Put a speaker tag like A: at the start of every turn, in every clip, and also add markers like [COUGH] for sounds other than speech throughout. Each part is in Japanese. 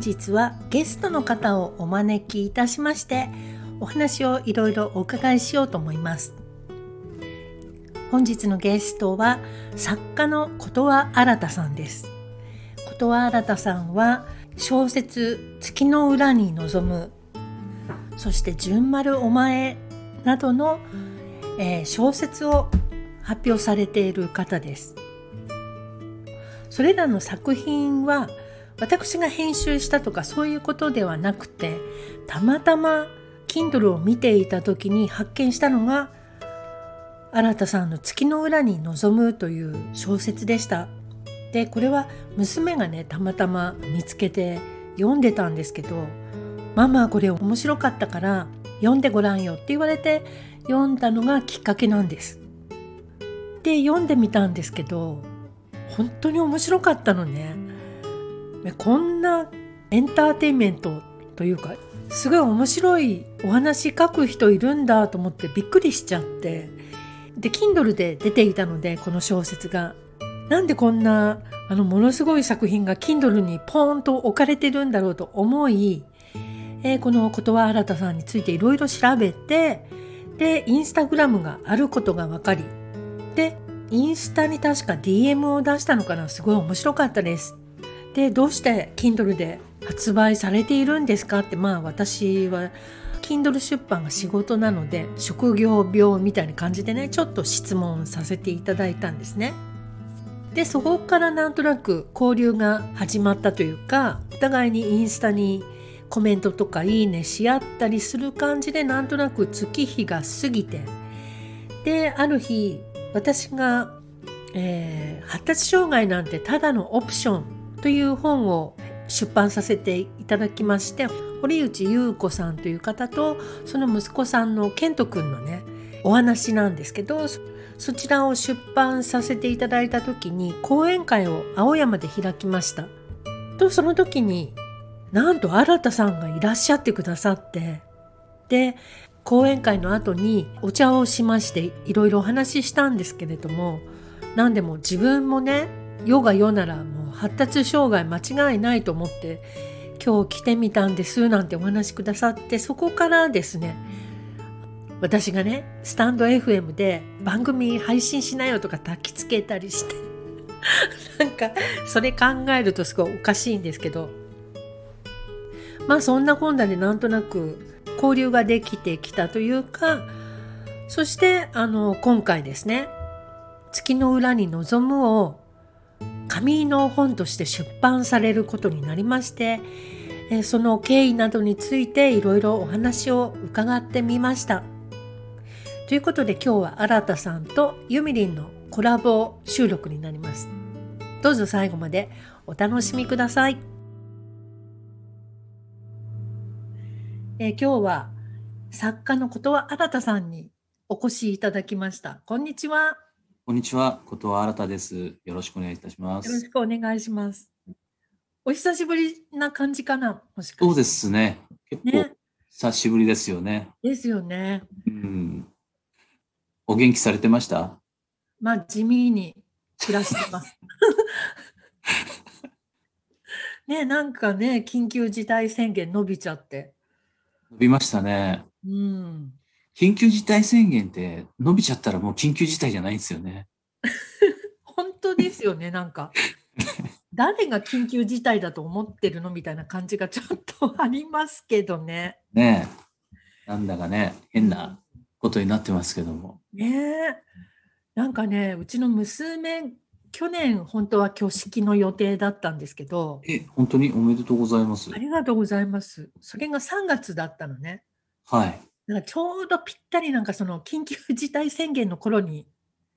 A: 日はゲストの方をお招きいたしましてお話をいろいろお伺いしようと思います本日のゲストは作家の琴和新さんです琴和新さんは小説「月の裏に望む」そして「純丸お前」などの、えー小説を発表されている方ですそれらの作品は私が編集したとかそういうことではなくてたまたま Kindle を見ていた時に発見したのが新田さんの「月の裏に望む」という小説でした。でこれは娘がねたまたま見つけて読んでたんですけど「ママこれ面白かったから読んでごらんよ」って言われて読んだのがきっかけなんです。で読んでみたんですけど本当に面白かったのね。でこんなエンターテインメントというかすごい面白いお話書く人いるんだと思ってびっくりしちゃってで Kindle で出ていたのでこの小説がなんでこんなあのものすごい作品が Kindle にポーンと置かれてるんだろうと思い、えーこのことは新さんについていろいろ調べてでインスタグラムがあることが分かりでインスタに確か DM を出したのかなすごい面白かったですでどうして Kindle で発売されているんですかってまあ私は Kindle 出版が仕事なので職業病みたいな感じでねちょっと質問させていただいたんですね。でそこからなんとなく交流が始まったというかお互いにインスタにコメントとかいいねし合ったりする感じでなんとなく月日が過ぎてである日私が、えー発達障害なんてただのオプション」という本を出版させていただきまして堀内優子さんという方とその息子さんの健人くんのねお話なんですけどそそちらを出版させていただいた時に講演会を青山で開きました。とその時になんと新田さんがいらっしゃってくださってで講演会の後にお茶をしましていろいろお話ししたんですけれども何でも自分もね世が世ならもう発達障害間違いないと思って今日来てみたんですなんてお話しくださってそこからですね私がねスタンド FM で番組配信しなよとか抱きつけたりして [LAUGHS] なんかそれ考えるとすごいおかしいんですけどまあそんなこんなでなんとなく交流ができてきたというかそしてあの今回ですね「月の裏に望む」を紙の本として出版されることになりましてえーその経緯などについていろいろお話を伺ってみました。ということで今日は新田さんとゆみりんのコラボ収録になります。どうぞ最後までお楽しみください。えー今日は作家のことは新田さんにお越しいただきました。こんにちは。
B: こんにちは、ことは新たです。よろしくお願いいたしま
A: よろし
B: す。
A: くお願いします。お久しぶりな感じかなもしかして。
B: そうで。すね。結構
A: ね、
B: 久しぶりですよね。
A: ですよね。
B: うん。お元気されてました
A: まあ地味に暮らしてます。
B: [LAUGHS]
A: ねなんかね緊急事態宣言伸びちゃって。
B: 伸びましたね。
A: うん。
B: 緊急事態宣言って伸びちゃったらもう緊急事態じゃないんですよね。
A: 本当ですよねなんか。誰が緊急事態だと思ってるのみたいな感じがちょっとありますけどね。
B: ねえ。なんだかね、変なことになってますけども。
A: ねえなんかねうちの娘去年本当は挙式の予定だったんですけど
B: え、本当におめでとうございます
A: あ。りがとうございますそれが3月だったのね
B: はい。
A: だからちょうどぴったりなんかその緊急事態宣言の頃に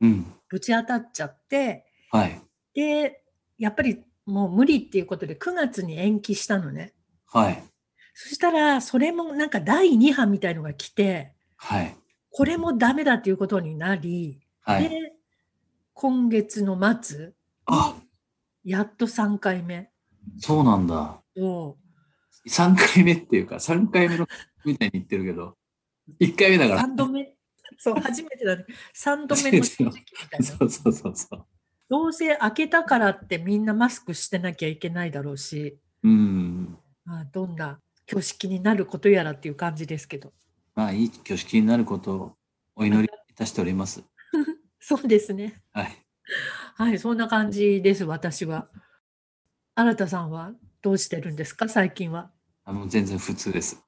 B: うん。
A: ぶち当たっちゃって
B: はい。
A: でやっぱりもう無理っていうことで9月に延期したのね
B: はい。
A: そしたらそれもなんか第2波みたいのが来て
B: はい。
A: これもダメだっていうことになり、
B: はい。
A: で今月の末
B: あ、
A: やっと3回目
B: そうなんだ。
A: を
B: 3回目っていうか、3回目のみたいに言ってるけど、1回目だから。
A: 3度
B: [LAUGHS]
A: 目そう初めてだね3度目の正直みたいな
B: [LAUGHS] そうそうそうそう。
A: どうせ開けたからってみんなマスクしてなきゃいけないだろうし
B: うん。
A: あまあ、どんな挙式になることやらっていう感じですけど。
B: まあ、いい挙式になることをお祈りいたしております。
A: そうですね。
B: はい。
A: はい、そんな感じです、私は。新田さんはどうしてるんですか、最近は。
B: あの、全然普通です。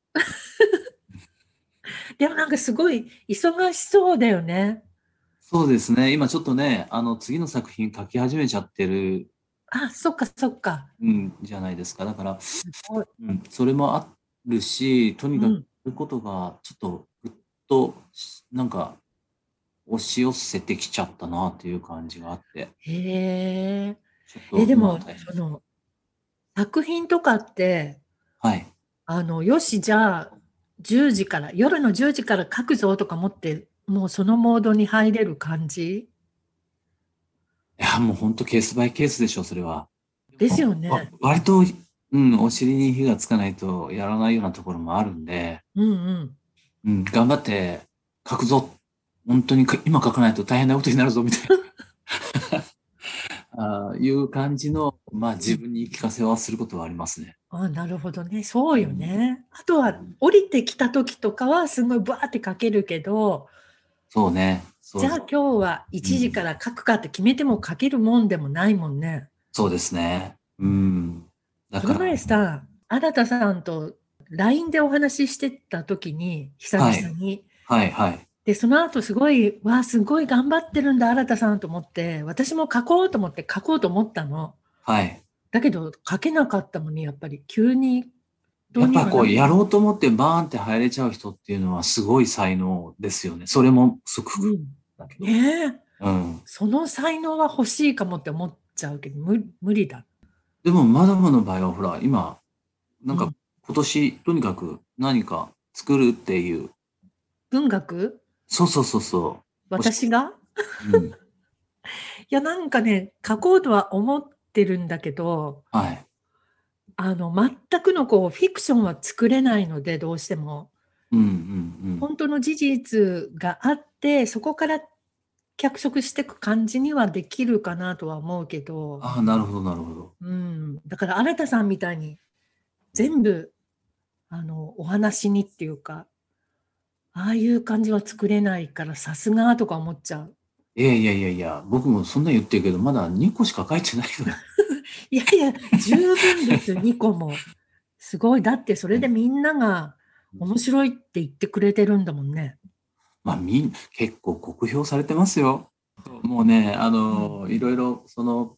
A: でもなんかすごい忙しそうだよね。
B: そうですね。今ちょっとね、あの、次の作品書き始めちゃってる、
A: あ、そっかそっか。
B: うん、じゃないですか。だから、
A: ごい
B: うん、それもあるし、と
A: う
B: にかく
A: ん、
B: そういうことが、ちょっと、ぐっと、なんか、押し寄せてきちゃったなっていう感じがあって、
A: へえ。
B: ちょっと、
A: え、で
B: まあ
A: も、
B: 大変
A: その、作品とかって、
B: はい。
A: あの、よし、じゃあ、10時から、夜の10時から書くぞとか思って、もうそのモードに入れる感じ
B: いや、もう本当ケースバイケースでしょ、それは。
A: ですよ
B: わ
A: ね。
B: 割と、うん、お尻に火がつかないとやらないようなところもあるんで、
A: うんうん。
B: うん、頑張って書くぞ。本当にか今書かないと大変なことになるぞ、みたい
A: [LAUGHS]
B: な。ああいう感じの、まあ自分に言い聞かせはすることはありますね。
A: あ、なるほどね。そうよね。あとは、降りてきた時とかは、すごいバーって書けるけど、
B: そうね。そう
A: じゃあ今日は1時から書くかって決めても書けるもんでもないもんね。
B: そうですね。うん。だ
A: こ
B: か
A: の
B: ら、
A: 前さ、新田さんと LINE でお話ししてた時に、久々に。
B: はいはい。
A: で、その後すごい、わあ、すごい頑張ってるんだ、新田さんと思って、私も書こうと思って書こうと思ったの。
B: はい。
A: だけど、書けなかったのに、やっぱり急にど
B: や
A: う
B: っ
A: にもな
B: ぱ
A: らない。
B: こう、やろうと思ってバーンって入れちゃう人っていうのはすごい才能ですよね。それも、すごく。だけ
A: うん、
B: ど
A: ねえ、
B: うん。
A: その才能は欲しいかもって思っちゃうけど、無無理だ。
B: でも、マダムの場合は、ほら、今、なん
A: う
B: か
A: ん
B: 今年、とにかく何か作るっていう、
A: 文学
B: そうそうそうそ
A: 私が
B: う。うん、
A: いや、なんかね、書こうとは思ってるんだけど、
B: はい。
A: あの、全くのこう、フィクションは作れないので、どうしても。
B: うんうんうん。
A: 本当の事実があってそこから脚色していく感じにはできるかなとは思うけど、
B: ああ、なるほど、なるほど。
A: うん、だから新田さんみたいに全部あのお話にっていうかああいう感じは作れないからさすがとか思っちゃう
B: いやいやいやいや、僕もそんな言ってるけど、まだ2個しか書いてないから。
A: いやいや十分ですよ2個もすごいだってそれでみんなが面白いって言ってくれてるんだもんね。
B: まあ、みん、結構酷評されてますよ。もうね、あの、いろいろ、その、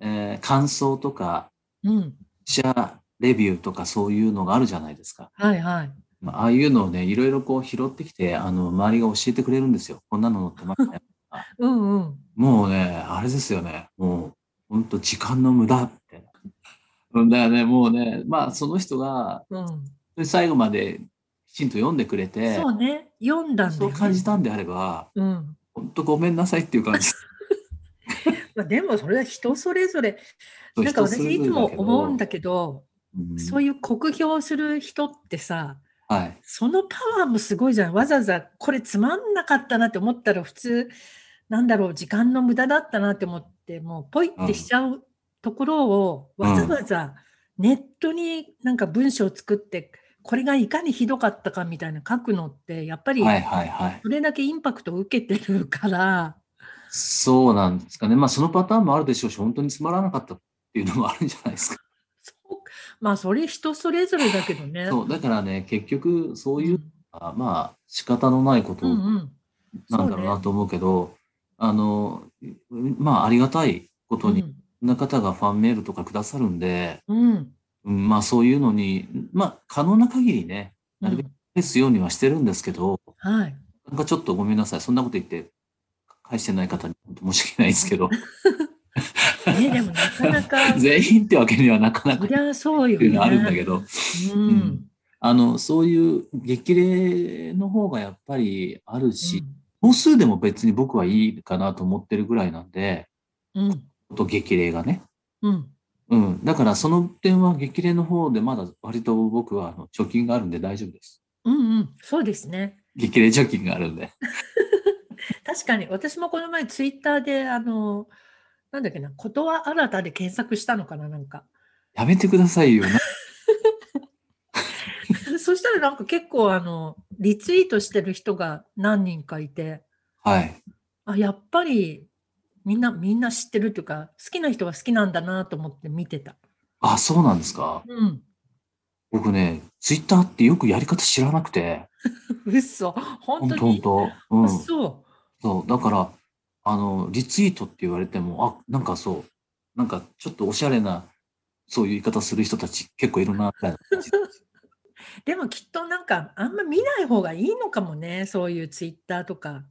B: えー感想とか、
A: うん、
B: 記者レビューとかそういうのがあるじゃないですか。
A: はいはい。
B: まあ、ああいうのをね、いろいろこう拾ってきて、あの、周りが教えてくれるんですよ。こんなの載ってますね。 [LAUGHS]
A: うんうん。
B: もうね、あれですよね。もう、ほんと時間の無駄って。うんだよね、もうね、まあ、その人が、
A: うん、
B: 最後まできちんと読んでくれて、
A: そうね読んだんだよ、
B: そう
A: ね、
B: 感じたんであれば、
A: うん、
B: ほんとごめんなさいっていう感じ。
A: まあ、でもそれは人それぞれ、
B: そ
A: [LAUGHS]
B: う
A: なんか
B: 人そ
A: 私
B: れ
A: い
B: ぞ
A: つ
B: れ
A: も
B: だけど
A: 思うんだけど、
B: うん
A: そういう酷評する人ってさ、
B: はい。
A: そのパワーもすごいじゃん。わざわざこれつまんなかったなって思ったら普通、なんだろう、時間の無駄だったなって思って、もうポイってしちゃうところを、
B: うん
A: わざわざネットになんか文章を作って、これがいかにひどかったかみたいな書くのって、やっぱり
B: はいはいはい。
A: それだけインパクトを受けてるから、
B: そうなんですかね。まあ、そのパターンもあるでしょうし、本当につまらなかったっていうのもあるんじゃないですか。
A: そうまあそれ人それぞれだけどね。
B: そう、だからね、結局、そういううんあまあ仕方のないこと
A: うんうん
B: なんだろう
A: そう
B: な
A: ね
B: と思うけど、あのまあありがたいことに、そんな方がファンメールとかくださるんで、
A: うんうん
B: うん、まあそういうのにまあ可能な限りねなるべく返すようにはしてるんですけど、
A: はい、
B: なんかちょっとごめんなさいそんなこと言って返してない方に本当申し訳ないです
A: [LAUGHS]
B: けど
A: ね、でもなかなか
B: [LAUGHS] 全員ってわけにはなかな
A: そ
B: かっ
A: りゃそうよ
B: て
A: ね。
B: いうのはあるんだけど、
A: うん
B: うんあのそういう激励の方がやっぱりあるし、母数でも別に僕はいいかなと思ってるぐらいなんで、
A: うんうん
B: と激励がね。
A: うん
B: うん。だからその点は激励の方でまだ割と僕はあの貯金があるんで大丈夫です。
A: うんうんそうですね。
B: 激励貯金があるんで。
A: 確かに私もこの前ツイッターであのなんだっけな「ことは新た」で検索したのかななんか
B: やめてくださいよ。な
A: そしたらなんか結構あの、リツイートしてる人が何人かいて、
B: はい。
A: あ、やっぱりみんな、みんな知ってるというか、好きな人は好きなんだなと思って見てた。
B: あ、そうなんですか。
A: うん。
B: 僕ね、ツイッターってよくやり方知らなくて、
A: 嘘。
B: ほ
A: 本
B: ん
A: 当
B: とほん
A: に。
B: と。うん。
A: あそ
B: そう、だから、あの、リツイートって言われても、あ、なんかそう、なんかちょっとおしゃれな、そういう言い方する人たち結構いるな、み
A: [LAUGHS]
B: たいな。
A: う。でもきっとなんか、あんま見ない方がいいのかもね。そういうツイッターとか。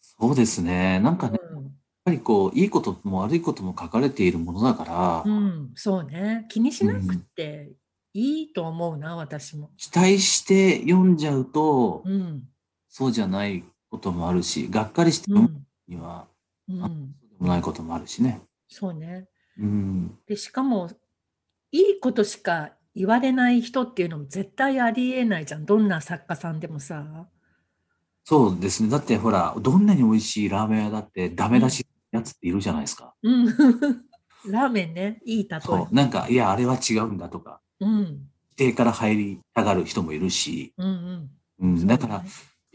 B: そうですね。なんかね、やっ
A: うん。
B: ぱりこう、いいことも悪いことも書かれているものだから、
A: うん、そうね。気にしなくていいと思うな、私も。
B: 期待して読んじゃうと、
A: うん。
B: そうじゃないこともあるし、がっかりして
A: う
B: 読む
A: ん。
B: には、
A: うん。
B: そうでもないこともあるしね。
A: そうね。
B: うん。
A: で、しかも、いいことしか言われない人っていうのも絶対ありえないじゃん。どんな作家さんでもさ。
B: そうですね。だってほら、どんなに美味しいラーメン屋だってダメ出しやつっているじゃないですか。
A: うん。ラーメンね。いい例え。
B: そう。なんか、いや、あれは違うんだとか、
A: うん。
B: 否定から入りたがる人もいるし、
A: うんうん。
B: うん、だから、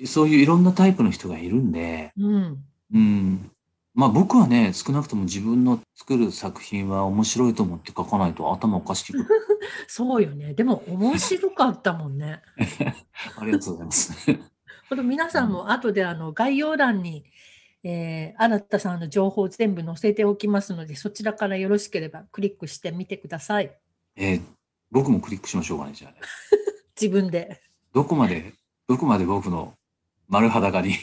B: そういういろんなタイプの人がいるんで、
A: うん。
B: うん、まあ僕はね、少なくとも自分の作る作品は面白いと思って書かないと頭おかしく
A: そうよね。でも面白かったもんね。
B: ありがとうございます。
A: これ皆さんも後であの概要欄に、えー、新田さんの情報を全部載せておきますので、そちらからよろしければクリックしてみてください。
B: えー僕もクリックしましょうかね、じゃあね。
A: 自分で。
B: どこまで、どこまで僕の丸裸に。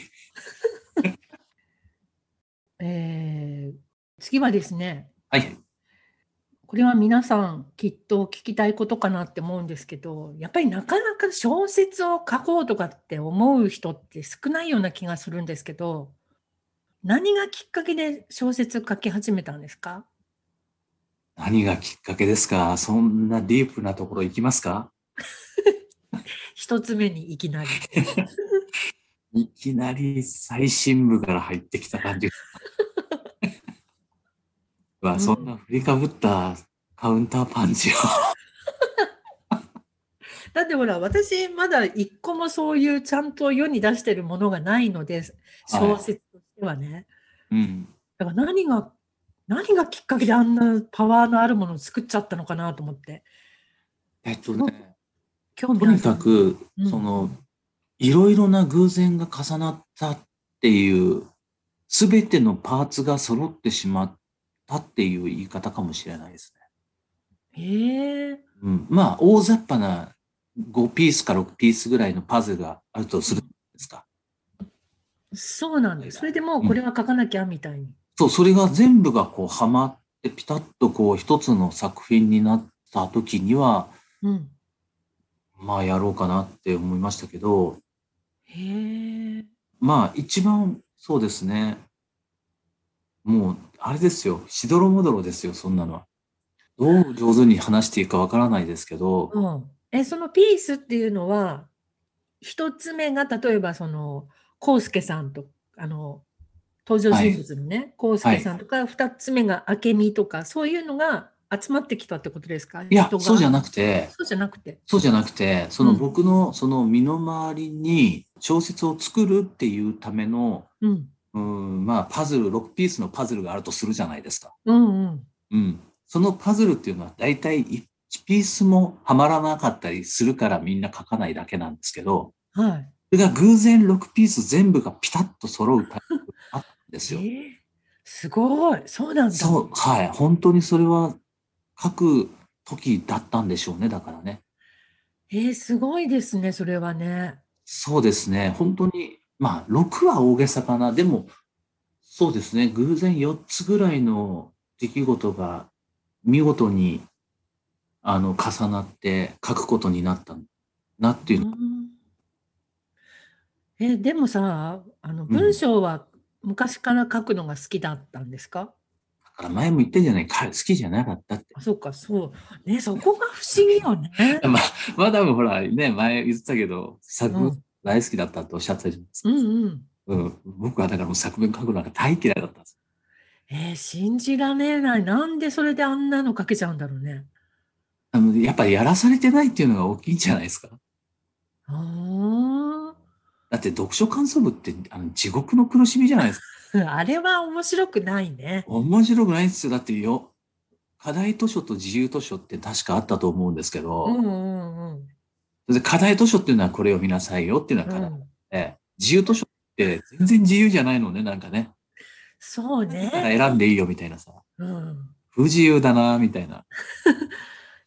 A: えー次はですね、
B: はい。
A: これは皆さんきっと聞きたいことかなって思うんですけど、やっぱりなかなか小説を書こうとかって思う人って少ないような気がするんですけど、何がきっかけで小説書き始めたんですか
B: 何がきっかけですかそんなディープなところ行きますか
A: 一つ目にいきな
B: [LAUGHS]
A: り。
B: いきなり最新部から入ってきた [LAUGHS] 感じ。うわ、そんな振りかぶったカウンターパンチを。
A: だってほら私まだ一個もそういうちゃんと世に出してるものがないので小説としてはね、
B: うん。
A: だから何が何がきっかけであんなパワーのあるものを作っちゃったのかなと思って
B: えっとね、
A: 興味
B: と
A: ある
B: にかく、
A: うん
B: その、いろいろな偶然が重なったっていう、すべてのパーツが揃ってしまったっていう言い方かもしれないですね。
A: へえ
B: うん、まあ、大雑把な5ピースか6ピースぐらいのパズルがあるとするんですか。
A: そうなんですそれでもうこれは書かなきゃみたいに、
B: そう、それが全部がこうハマってピタッとこう一つの作品になった時には、
A: うん、
B: まあやろうかなって思いましたけど、
A: へえ
B: まあ一番そうですね、もうあれですよ、しどろもどろですよ、そんなのは。どう上手に話していいかわからないですけど、
A: うん、えそのピースっていうのは一つ目が例えばその康介さんとあの登場人物のね康介、さんとか二つ目が明美とかそういうのが集まってきたってことですか
B: いや、そうじゃ
A: な
B: なくて、
A: そうじゃなくて。
B: そうじゃなくて、その
A: うん
B: 僕のその身の回りに小説を作るっていうための、
A: うん、
B: うん、まあパズル、6ピースのパズルがあるとするじゃないですか。
A: うん、うん。
B: うん、そのパズルっていうのは大体1ピースもはまらなかったりするからみんな書かないだけなんですけど、
A: はい。
B: それが偶然6ピース全部がピタッと揃うタイプがあったんで
A: え
B: すよ。
A: ーすごい。そうなんだ。
B: そう、はい。本当にそれは書く時だったんでしょうね、だからね。
A: えーすごいですね、それはね。
B: そうですね、本当に、まあ6は大げさかな、でもそうですね、偶然4つぐらいの出来事が見事にあの重なって書くことになったなっていううの、
A: んえーでもさ、あの
B: ん
A: 文章は昔から書くのが好きだったんですか、
B: だから前も言ったじゃない、か好きじゃなかったって。 [LAUGHS]
A: あそうか、そう。ね、そこが不思議よね。
B: まあ、マダムほらね、前言ってたけど、作
A: う
B: 文
A: ん
B: 大好きだったっておっしゃってたじゃないです
A: う
B: か。
A: んうん。
B: うん、僕はだからもう作文書くのが大嫌いだったんです。
A: えー信じられない。なんでそれであんなの書けちゃうんだろうね。
B: あのやっぱりやらされてないっていうのが大きいんじゃないですか。
A: あ
B: だって読書感想部ってあの地獄の苦しみじゃないですか。
A: ー [LAUGHS] あれは面白くないね。
B: 面白くないですよ。だってよ、課題図書と自由図書って確かあったと思うんですけど、
A: うんうんうん。
B: で課題図書っていうのはこれ読みなさいよっていうのは課題、
A: うん
B: で自由図書って全然自由じゃないのね、なんかね。
A: そう
B: だから
A: ね。
B: 選んでいいよみたいなさ。
A: うん。
B: 不自由だな、みたいな。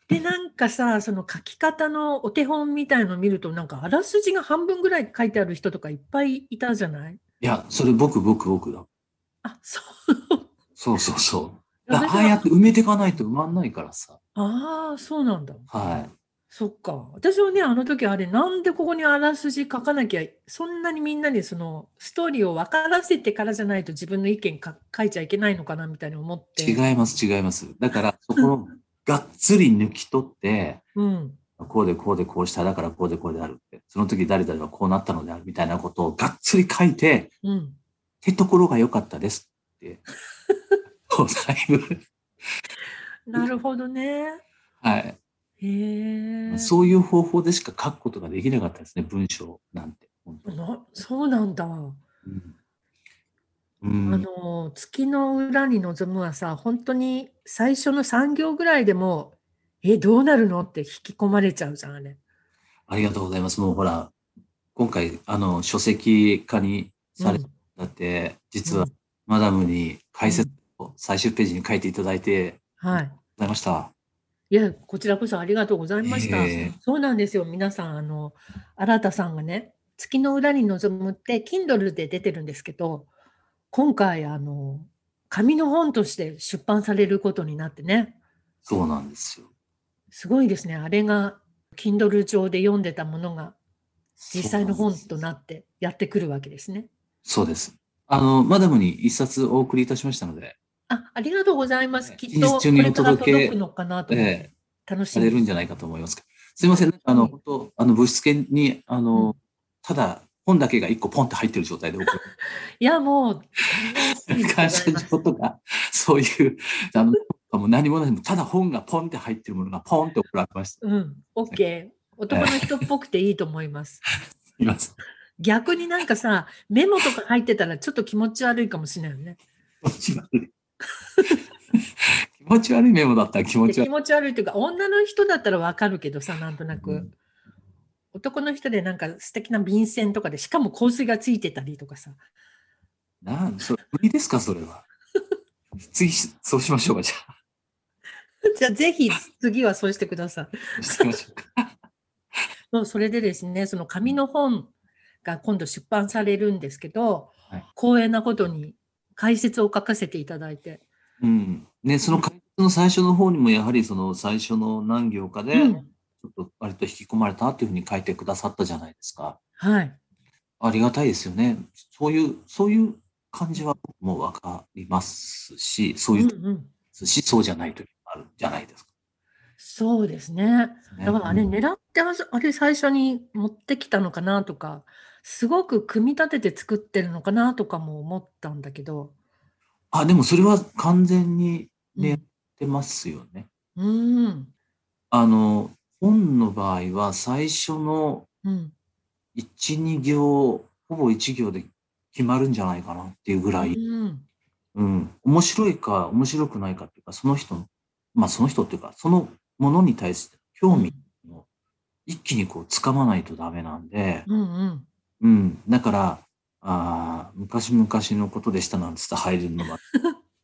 A: で、なんかさ、その書き方のお手本みたいの見ると、なんかあらすじが半分ぐらい書いてある人とかいっぱいいたじゃない
B: いや、それ僕、僕、僕だ。
A: あ、そう。
B: そうそうそう。だ
A: あ
B: からああやって埋めていかないと埋まんないからさ。
A: あー、そうなんだ。
B: はい。
A: そっか。私はね、あの時あれ、なんでここにあらすじ書かなきゃ、そんなにみんなにそのストーリーを分からせてからじゃないと自分の意見か書いちゃいけないのかなみたいに思って。
B: 違います、違います。だ
A: [LAUGHS]
B: から、そこをがっつり抜き取って、
A: うん。
B: こうでこうでこうした、だからこうでこうであるって。その時誰々はこうなったのであるみたいなことをがっつり書いて、っ
A: うん。
B: てところが良かったです
A: [LAUGHS]
B: って。こうだいぶ。
A: なるほどね。
B: はい。
A: へえ。
B: そういう方法でしか書くことができなかったですね、文章なんて。本当に
A: なそうなんだ。
B: うん。う
A: あ
B: ん、
A: の「月の裏に望む」はさ本当に最初の3行ぐらいでも「えどうなるの?」って引き込まれちゃうじゃんあれ。
B: ありがとうございます。もうほら、今回、あの、書籍化にされ
A: うん
B: だって、実はマダムに解説を最終ページに書いていただいて
A: はい
B: ございました。
A: いや、こちらこそありがとうございました。
B: ええ
A: そうなんですよ、皆さん、あの、新田さんがね、月の裏に望むって、Kindle で出てるんですけど、今回、あの、紙の本として出版されることになってね、
B: そうなんですよ。
A: すごいですね、あれが、Kindle 上で読んでたものが、実際の本となってやってくるわけですね。
B: そうです。あの、マダムに一冊お送りいたしましたので、
A: あありがとうございます。
B: ね
A: きっ
B: 期
A: と、
B: 日
A: こ
B: 中に
A: れ
B: お
A: から
B: 届け
A: 届くのかなと思っ
B: え
A: て、楽し
B: さ
A: み
B: れ
A: です
B: るんじゃないかと思いますけど。すいません、なんかあ
A: う
B: の、
A: ん
B: 本当あの、物質系に、あ
A: う
B: の、
A: ん
B: ただ、本だけが一個ポンって入ってる状態で送
A: [LAUGHS]
B: る。
A: いや、もう、楽しみでござい
B: 感
A: ます
B: 謝状とか、そういう、あの、もう何もない、ただ本がポンって入ってるものがポンって送られました。
A: うん、OK。男の人っぽくていいと思います。
B: すいません。
A: 逆になんかさ、メモとか入ってたらちょっと気持ち悪いかもしれないよね。
B: 気持ち悪い。気持ち悪いメモだったら気持
A: で
B: ち悪
A: 気
B: い。
A: 持ち悪いというか、女の人だったらわかるけどさ、なんとなく。
B: うん
A: 男の人でなんか素敵な便箋とかで、しかも香水がついてたりとかさ。 [LAUGHS]
B: なん、それ、無理ですか、それは。次し、そうしましょうか、じゃあ。
A: じゃあぜひ次はそうしてください。
B: そうしましょうか。
A: そうそれでですね、その紙の本が今度出版されるんですけど、
B: はい
A: 光栄なことに解説を書かせていただいて。
B: うん。ね、その解説の最初の方にも、やはりその最初の何行かで、
A: う
B: ち
A: ん、
B: ょっと割と引き込まれたっていうふうに書いてくださったじゃないですか。
A: はい。
B: ありがたいですよね。そういう、そういう感じは僕もわかりますし、そういう
A: うんうん
B: ですし、そうじゃないというのもあるじゃないですか、
A: そうですね。
B: ね。
A: だからあれ
B: うん
A: 狙ってあそあれ最初に持ってきたのかなとか、すごく組み立てて作ってるのかなとかも思ったんだけど、
B: あ、でもそれは完全に
A: う
B: ね
A: ん
B: 出ますよね。
A: うん、
B: あの、本の場合は最初の
A: うん、
B: 1、2行、ほぼ1行で決まるんじゃないかなっていうぐらい、
A: うん、
B: うん、面白いか面白くないかっていうか、その人の、まあその人っていうか、そのものに対して興味を一気にこうつかまないとダメなんで、
A: うん、うん、
B: うん、だから、あー昔々のことでしたなんつって入るのは、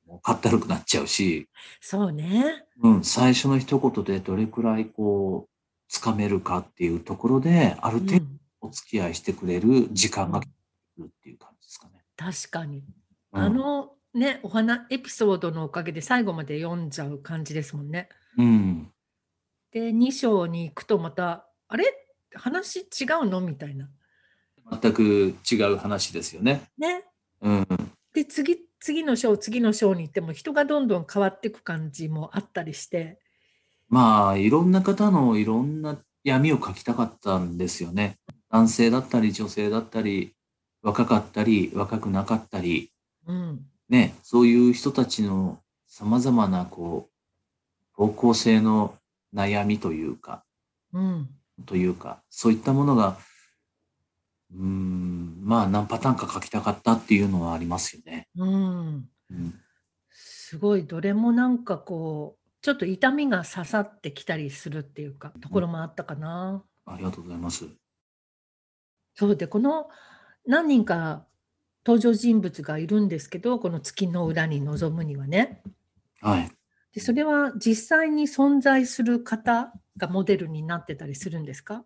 B: もうかったるくなっちゃうし、
A: そうね。
B: うん、最初の一言でどれくらいこう、つかめるかっていうところで、ある
A: うん
B: 程度お付き合いしてくれる時間が来るっていう感じですかね。
A: 確かに。
B: うん
A: あのね、お花エピソードのおかげで最後まで読んじゃう感じですもんね。
B: うん、
A: で、2章に行くとまた、あれ話違うのみたいな。
B: 全く違う話ですよね。
A: ね。
B: うん、
A: で次次の章次の章に行っても人がどんどん変わっていく感じもあったりして、
B: まあ、いろんな方のいろんな闇を書きたかったんですよね。男性だったり、女性だったり、若かったり、若くなかったり、
A: うん、
B: ね、そういう人たちのさまざまなこう方向性の悩みというか、
A: うん。
B: というか、そういったものが、うーん、まあ何パターンか書きたかったっていうのはありますよね。
A: うん。
B: うん、
A: すごい、どれもなんかこう、ちょっと痛みが刺さってきたりするっていうか、ところもあったかな。
B: ありがとうございます。
A: そうで、この何人か登場人物がいるんですけど、この月の裏に臨むにはね。
B: はい。
A: で、それは実際に存在する方がモデルになってたりするんですか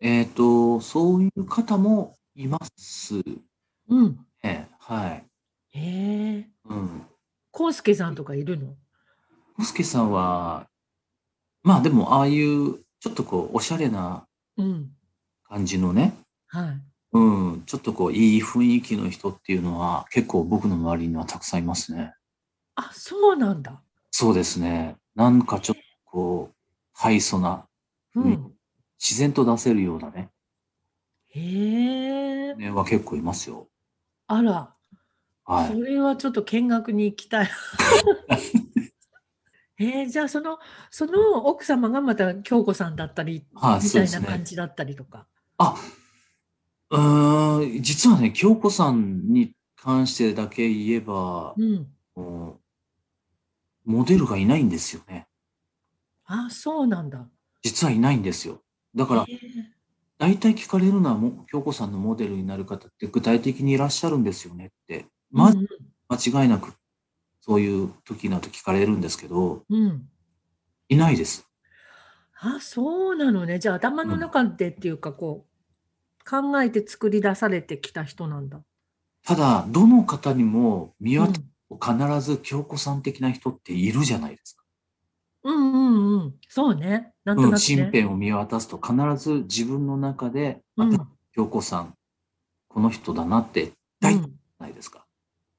B: えっ、と、そういう方もいます
A: うん。
B: ね。はい。
A: へえ。
B: うん。
A: コウスケさんとかいるの
B: コスケさんは、まあでもああいう、ちょっとこう、おしゃれな
A: うん。
B: 感じのね、
A: はい。
B: うん、ちょっとこう、いい雰囲気の人っていうのは、結構僕の周りにはたくさんいますね。
A: あ、そうなんだ。
B: そうですね。なんかちょっとこう、敗訴な、
A: う
B: うん
A: ん。
B: 自然と出せるようなね、
A: へえ。
B: ねは結構いますよ。
A: あら、
B: は
A: そ
B: い。
A: れはちょっと見学に行きたい。えー、じゃあそのその奥様がまた京子さんだったり
B: は
A: み
B: い、
A: た
B: そうで
A: い
B: す
A: な
B: ね。
A: 感じだったりとか。
B: あ、うーん、実はね、京子さんに関してだけ言えば
A: う、ん。
B: もうモデルがいないんですよね。
A: あ、そうなんだ。
B: 実はいないんですよ。だから、
A: へー
B: 大体聞かれるのはも、京子さんのモデルになる方って具体的にいらっしゃるんですよねって、ま
A: うん
B: 間違いなく、そういう時など聞かれるんですけど、
A: うん、うん。
B: いないです。
A: あ、そうなのね。じゃあ頭の中でっていうかこう考えて作り出されてきた人なんだ。
B: ただ、どの方にも見
A: うん
B: 渡、必ず京子さん的な人っているじゃないですか。
A: うんうんうん。そうね。なんと
B: う、
A: なんく
B: 身
A: ね。
B: 辺を見渡すと必ず自分の中で、
A: う
B: あ
A: ん、
B: 京子さん、この人だなって、
A: う
B: 大体
A: ん。
B: ないですか。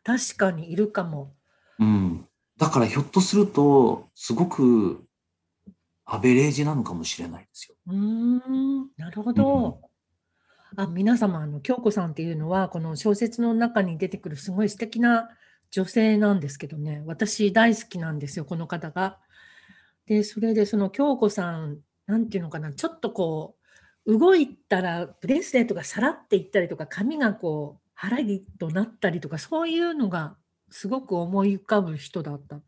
A: 確かにいるかも。
B: うん。だからひょっとすると、すごくアベレージなのかもしれないですよ。
A: うーん、なるほど。あ、皆様、あの、京子さんっていうのは、この小説の中に出てくるすごい素敵な女性なんですけどね、私大好きなんですよ、この方が。で、それで、その京子さん、なんていうのかな、ちょっとこう、動いたら、ブレスレットがさらっていったりとか、髪がこう、腹りとなったりとか、そういうのがすごく思い浮かぶ人だった。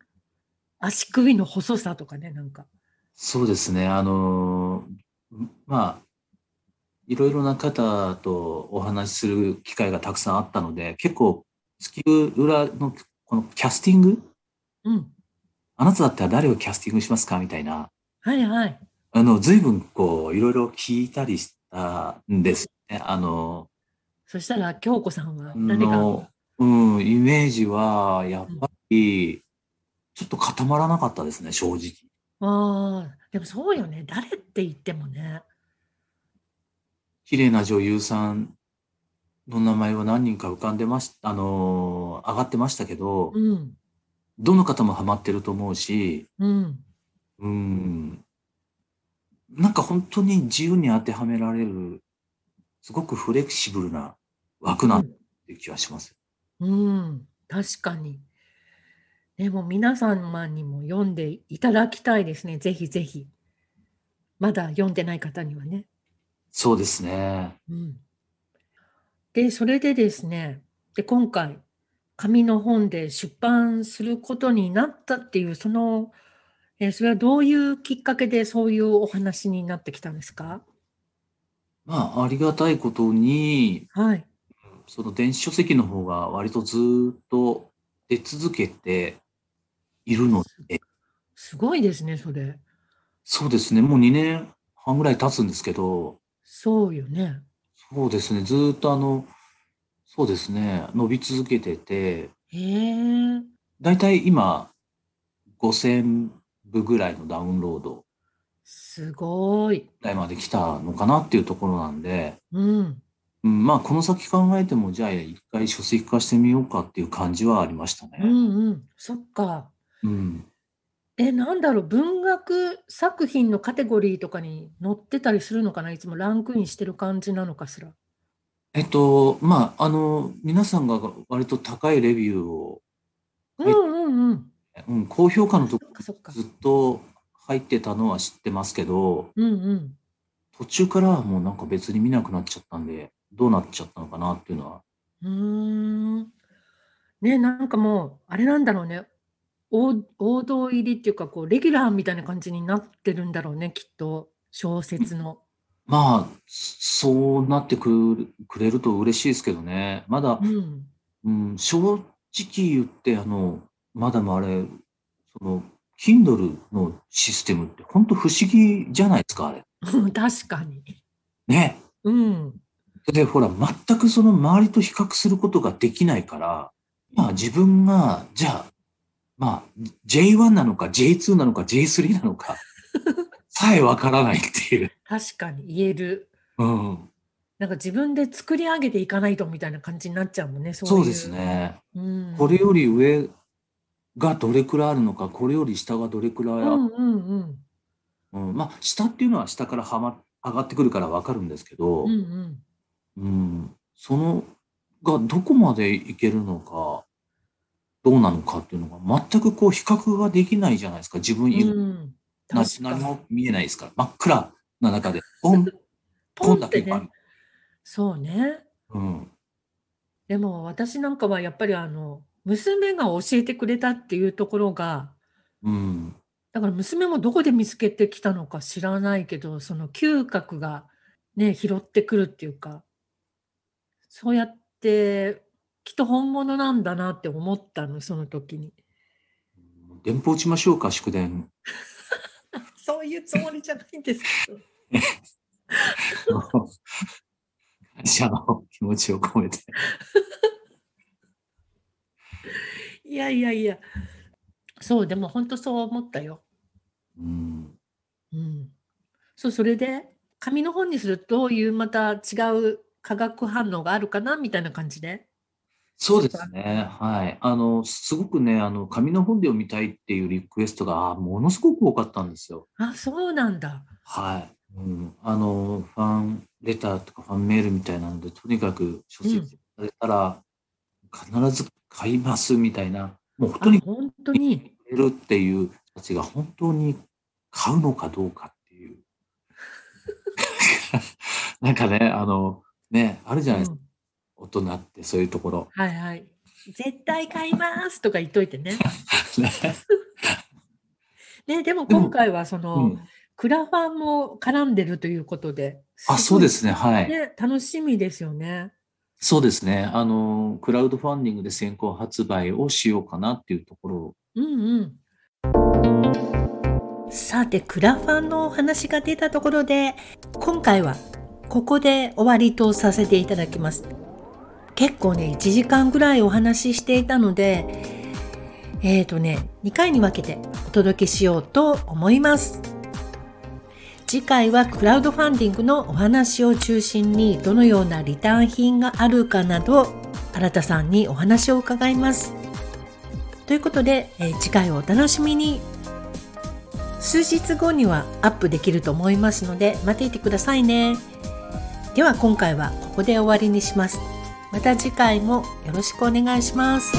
A: 足首の細さとかね、なんか。
B: そうですね。あのーまあ、いろいろな方とお話しする機会がたくさんあったので、結構、月裏のこのキャスティング、
A: うん。
B: あなただったら誰をキャスティングしますかみたいな、
A: はいはい。
B: あの、随分こう、いろいろ聞いたりしたんですね。あのー
A: そしたら京子さんは誰
B: の
A: が、
B: うん、イメージは、やっぱり、ちょっと固まらなかったですね、正直。
A: ああでもそうよね誰って言ってもね
B: 綺麗な女優さんの名前は何人か浮かんでましあのー上がってましたけど、
A: うん
B: どの方もハマってると思うし、
A: うん
B: うん、なんか本当に自由に当てはめられる、すごくフレキシブルな枠な
A: うん
B: て
A: ん、
B: いう気がします。
A: うん確かにでも皆様にも読んでいただきたいですねぜひぜひまだ読んでない方にはね
B: そうですね。
A: うんでそれでですねで今回紙の本で出版することになったっていうそのえーそれはどういうきっかけでそういうお話になってきたんですか
B: まあ、ありがたいことに、
A: はい。
B: その電子書籍の方が割とずーっと出続けているので、
A: すごいですね、それ。
B: そうですね、もう2年半ぐらい経つんですけど、
A: そうよね。
B: そうですね、ずーっとあの、そうですね、伸び続けてて、
A: へえ。
B: だいたい今、5000部ぐらいのダウンロード
A: すごい。
B: ぐらいまで来たのかなっていうところなんで、
A: うん。
B: うん、まあ、この先考えても、じゃあ一回書籍化してみようかっていう感じはありました
A: う
B: ね。
A: んうん。そっか。
B: うん。
A: え、なんだろう、文学作品のカテゴリーとかに載ってたりするのかないつもランクインしてる感じなのかしら。
B: えっと、まあ、あの、皆さんが割と高いレビューを、
A: うんうんうん。
B: うん、高評価の
A: そ
B: と
A: っかそっか。
B: ずっと入ってたのは知ってますけど、
A: うんうん。
B: 途中からはもうなんか別に見なくなっちゃったんで、どうなっちゃったのかなっていうのは。
A: うーん。ね、なんかもう、あれなんだろうね。王王道入りっていうか、こう、レギュラーみたいな感じになってるんだろうね、きっと。小説の。
B: まあ、そうなってくるくれると嬉しいですけどね。まだ
A: う、ん。
B: うん、正直言って、あの、マダムあれ、その、Kindle のシステムって本当不思議じゃないですか、あれ。
A: [LAUGHS] 確かに。
B: ね。
A: うん。
B: で、ほら、全くその周りと比較することができないから、まあ自分が、じゃあ、まあ、J1 なのか J2 なのか J3 なのか、
A: [LAUGHS]
B: さえわからないっていう。
A: 確かに言える。
B: うん。
A: なんか自分で作り上げていかないとみたいな感じになっちゃうもんね、そう
B: そ
A: いう
B: うです。ね。
A: うん。
B: これより上がどれくらいあるのか、これより下がどれくらい
A: う
B: ある
A: んうんうん。
B: うん、まあ下っていうのは下からはま上がってくるからわかるんですけど、
A: うんうん。
B: うん、そのがどこまでいけるのかどうなのかっていうのが全くこう比較ができないじゃないですか自分以外、
A: うん。
B: な
A: 確か
B: 何
A: に。
B: も見えないですから真っ暗な中でポンポ
A: ポ
B: ン
A: ン
B: だ
A: っ
B: け
A: て
B: がある
A: ね。、そうね。
B: うん、
A: でも私なんかはやっぱりあの、娘が教えてくれたっていうところが、
B: うん、
A: だから娘もどこで見つけてきたのか知らないけど、その嗅覚がね、拾ってくるっていうか、そうやってきっと本物なんだなって思ったの、その時に。
B: 電報打ちましょうか祝電 [LAUGHS]
A: そういうつもりじゃないんですけど。
B: 感謝の気持ちを込めて
A: いやいやいや。そう、でも本当そう思ったよ。
B: うん
A: うん。そう、それで紙の本にするとどういうまた違う化学反応があるかなみたいな感じで。
B: そうですね。はい。あの、すごくね、あの、紙の本で読みたいっていうリクエストが、あものすごく多かったんですよ。
A: あ、そうなんだ。
B: はい。うん。あの、ファンレターとかファンメールみたいなので、とにかく書籍されたら、必ず買いますみたいな、もう本
A: あ
B: 当に、
A: 本当に。
B: 買えるっていう人たちが本当に買うのかどうかっていう。 [LAUGHS] なんかね、あの、ね、あるじゃないです
A: う
B: か。
A: ん
B: 大人ってそういうところ。
A: はいはい。絶対買いますとか言っといて
B: [LAUGHS]
A: ね。ね、でも
B: でも
A: 今回はその、
B: うん。
A: クラファンも絡んでるということで。
B: あ、そうですね。は
A: ご
B: い
A: い。ね。楽しみですよね。
B: そうですね。あの、クラウドファンディングで先行発売をしようかなっていうところ。
A: うんうん。さて、クラファンのお話が出たところで、今回はここで終わりとさせていただきます。結構ね、1時間ぐらいお話ししていたので、えーとね、2回に分けてお届けしようと思います。次回はクラウドファンディングのお話を中心にどのようなリターン品があるかなど、新田さんにお話を伺います。ということで、えー次回をお楽しみに。数日後にはアップできると思いますので待っていてくださいねでは今回はここで終わりにしますまた次回もよろしくお願いします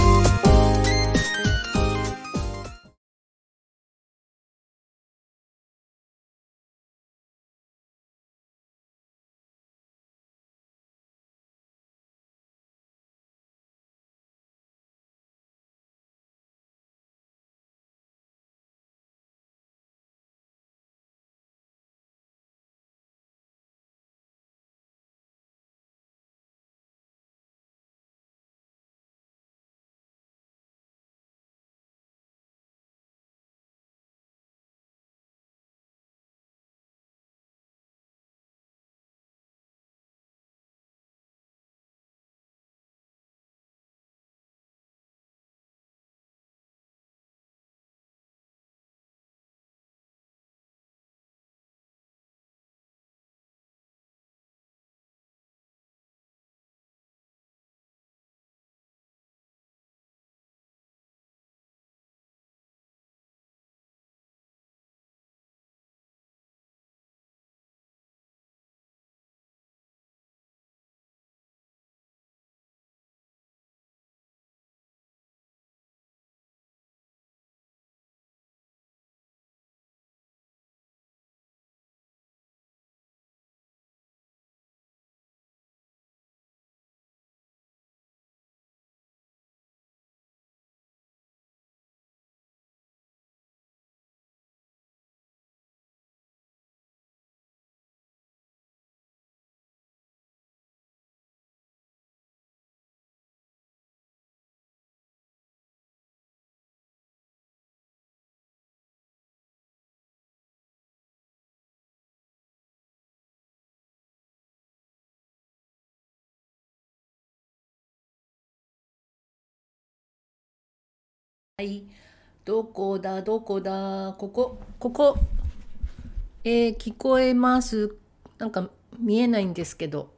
A: はい。どこだ、どこだ、ここ、ここ。えー聞こえます。なんか見えないんですけど。